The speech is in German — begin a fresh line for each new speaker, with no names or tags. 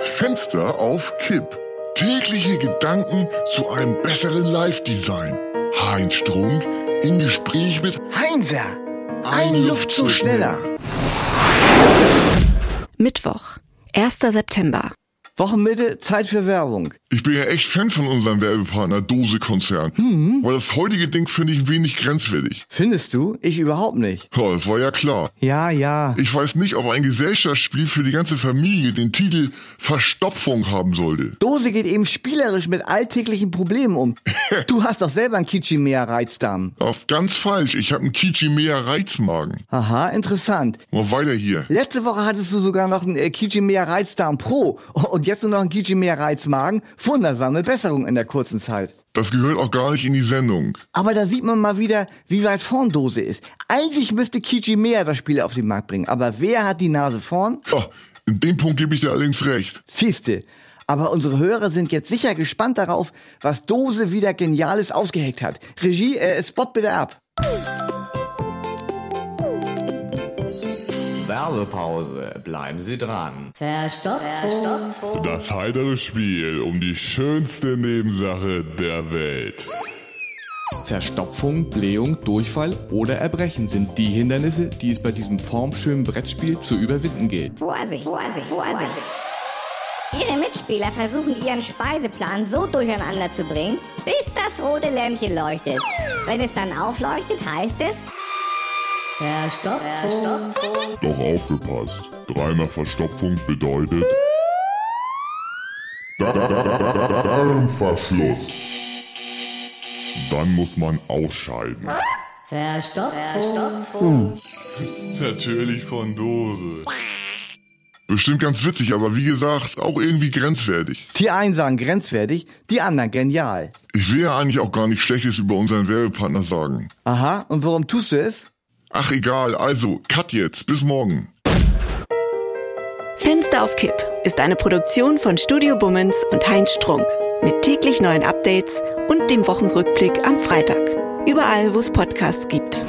Fenster auf Kipp. Tägliche Gedanken zu einem besseren Live-Design. Heinz Strunk im Gespräch mit
Heinzer, ein Luftzug schneller.
Mittwoch, 1. September.
Wochenmitte, Zeit für Werbung.
Ich bin ja echt Fan von unserem Werbepartner Dose Konzern. Aber das heutige Ding finde ich wenig grenzwertig.
Findest du? Ich überhaupt nicht.
Ja, das war ja klar.
Ja, ja.
Ich weiß nicht, ob ein Gesellschaftsspiel für die ganze Familie den Titel Verstopfung haben sollte.
Dose geht eben spielerisch mit alltäglichen Problemen um. Du hast doch selber einen Kichimea-Reizdarm.
Auf ganz falsch, ich habe einen Kichimea-Reizmagen.
Aha, interessant.
Mal weiter hier.
Letzte Woche hattest du sogar noch einen äh, Kichimea-Reizdarm Pro und jetzt nur noch einen Kichimea-Reizmagen. Wundersame Besserung in der kurzen Zeit.
Das gehört auch gar nicht in die Sendung.
Aber da sieht man mal wieder, wie weit vorn Dose ist. Eigentlich müsste Kichimea das Spiel auf den Markt bringen, aber wer hat die Nase vorn?
Ah, in dem Punkt gebe ich dir allerdings recht.
Siehste. Aber unsere Hörer sind jetzt sicher gespannt darauf, was Dose wieder Geniales ausgeheckt hat. Regie, äh, Spot bitte ab.
Werbepause. Bleiben Sie dran.
Verstopfung.
Das heitere Spiel um die schönste Nebensache der Welt.
Verstopfung, Blähung, Durchfall oder Erbrechen sind die Hindernisse, die es bei diesem formschönen Brettspiel zu überwinden gilt.
Vorsicht, Vorsicht, Vorsicht. Ihre Mitspieler versuchen ihren Speiseplan so durcheinander zu bringen, bis das rote Lämpchen leuchtet. Wenn es dann aufleuchtet, heißt es Verstopfung.
Doch aufgepasst, dreimal Verstopfung bedeutet Da- da- da- da- da- da- Darmverschluss. Dann muss man ausscheiden.
Verstopfung.
Natürlich von Dose.
Bestimmt ganz witzig, aber wie gesagt, auch irgendwie grenzwertig.
Die einen sagen grenzwertig, die anderen genial.
Ich will ja eigentlich auch gar nichts Schlechtes über unseren Werbepartner sagen.
Aha, und warum tust du es?
Ach egal, also, cut jetzt, bis morgen.
Fenster auf Kipp ist eine Produktion von Studio Bummens und Heinz Strunk. Mit täglich neuen Updates und dem Wochenrückblick am Freitag. Überall, wo es Podcasts gibt.